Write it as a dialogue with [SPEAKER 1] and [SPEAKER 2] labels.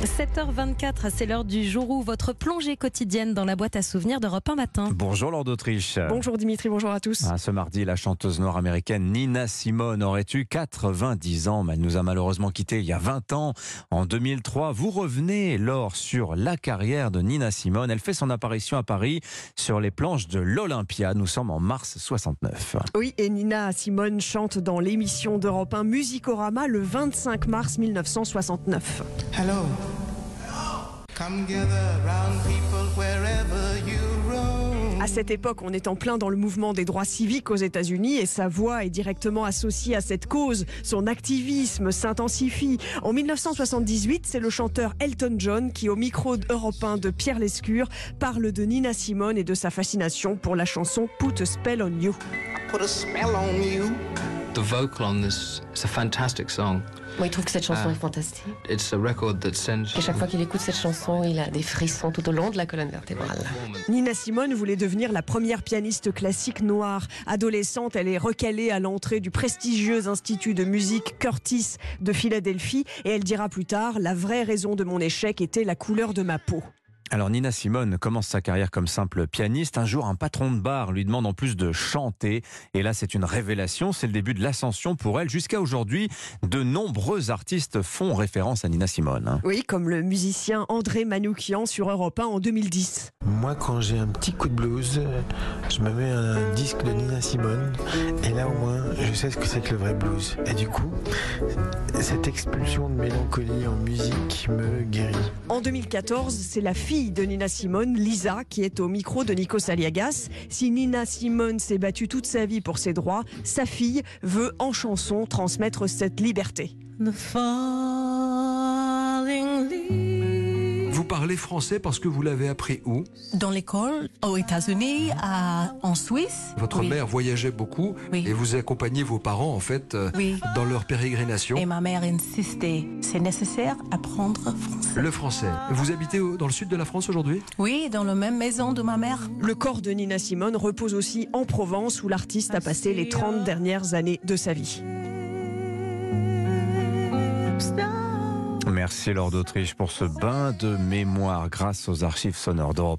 [SPEAKER 1] 7h24, c'est l'heure du jour où votre plongée quotidienne dans la boîte à souvenirs d'Europe 1 matin.
[SPEAKER 2] Bonjour Lord d'Autriche.
[SPEAKER 3] Bonjour Dimitri, bonjour à tous.
[SPEAKER 2] Ah, ce mardi, la chanteuse nord-américaine Nina Simone aurait eu 90 ans, mais elle nous a malheureusement quittés il y a 20 ans, en 2003. Vous revenez, Laure, sur la carrière de Nina Simone. Elle fait son apparition à Paris sur les planches de l'Olympia. Nous sommes en mars 69.
[SPEAKER 3] Oui, et Nina Simone chante dans l'émission d'Europe 1 Musicorama le 25 mars 1969.
[SPEAKER 4] Hello. Come gather round people wherever you roam.
[SPEAKER 3] À cette époque, on est en plein dans le mouvement des droits civiques aux États-Unis et sa voix est directement associée à cette cause. Son activisme s'intensifie. En 1978, c'est le chanteur Elton John qui, au micro européen de Pierre Lescure, parle de Nina Simone et de sa fascination pour la chanson Put a Spell on You.
[SPEAKER 4] Put a spell on you.
[SPEAKER 5] The vocal on this is a fantastic song.
[SPEAKER 6] Moi, il trouve que cette chanson
[SPEAKER 5] Ah.
[SPEAKER 6] est fantastique.
[SPEAKER 5] It's a record that sends
[SPEAKER 6] Et chaque fois qu'il écoute cette chanson, il a des frissons tout au long de la colonne vertébrale.
[SPEAKER 3] Nina Simone voulait devenir la première pianiste classique noire. Adolescente, elle est recalée à l'entrée du prestigieux institut de musique Curtis de Philadelphie et elle dira plus tard La vraie raison de mon échec était la couleur de ma peau.
[SPEAKER 2] Alors Nina Simone commence sa carrière comme simple pianiste. Un jour, un patron de bar lui demande en plus de chanter. Et là, c'est une révélation. C'est le début de l'ascension pour elle. Jusqu'à aujourd'hui, de nombreux artistes font référence à Nina Simone. hein.
[SPEAKER 3] Oui, comme le musicien André Manoukian sur Europe 1 en 2010.
[SPEAKER 7] Moi, quand j'ai un petit coup de blues, euh, je me mets un disque de Nina Simone, et là au moins, je sais ce que c'est que le vrai blues. Et du coup, cette expulsion de mélancolie en musique me guérit.
[SPEAKER 3] En 2014, c'est la fille de Nina Simone, Lisa, qui est au micro de Nikos Aliagas. Si Nina Simone s'est battue toute sa vie pour ses droits, sa fille veut en chanson transmettre cette liberté.
[SPEAKER 8] Vous parlez français parce que vous l'avez appris où
[SPEAKER 9] dans l'école, aux États-Unis, à- en Suisse.
[SPEAKER 8] Votre
[SPEAKER 9] Oui.
[SPEAKER 8] mère voyageait beaucoup
[SPEAKER 9] Oui.
[SPEAKER 8] et vous accompagnez vos parents en fait euh,
[SPEAKER 9] Oui.
[SPEAKER 8] dans leur pérégrination.
[SPEAKER 9] Et ma mère insistait, c'est nécessaire apprendre français.
[SPEAKER 8] Le français. Vous habitez au- dans le sud de la France aujourd'hui
[SPEAKER 9] Oui, dans la même maison de ma mère.
[SPEAKER 3] Le corps de Nina Simone repose aussi en Provence où l'artiste a passé les 30 dernières années de sa vie.
[SPEAKER 2] Merci Lord d'Autriche pour ce bain de mémoire grâce aux archives sonores d'Europe.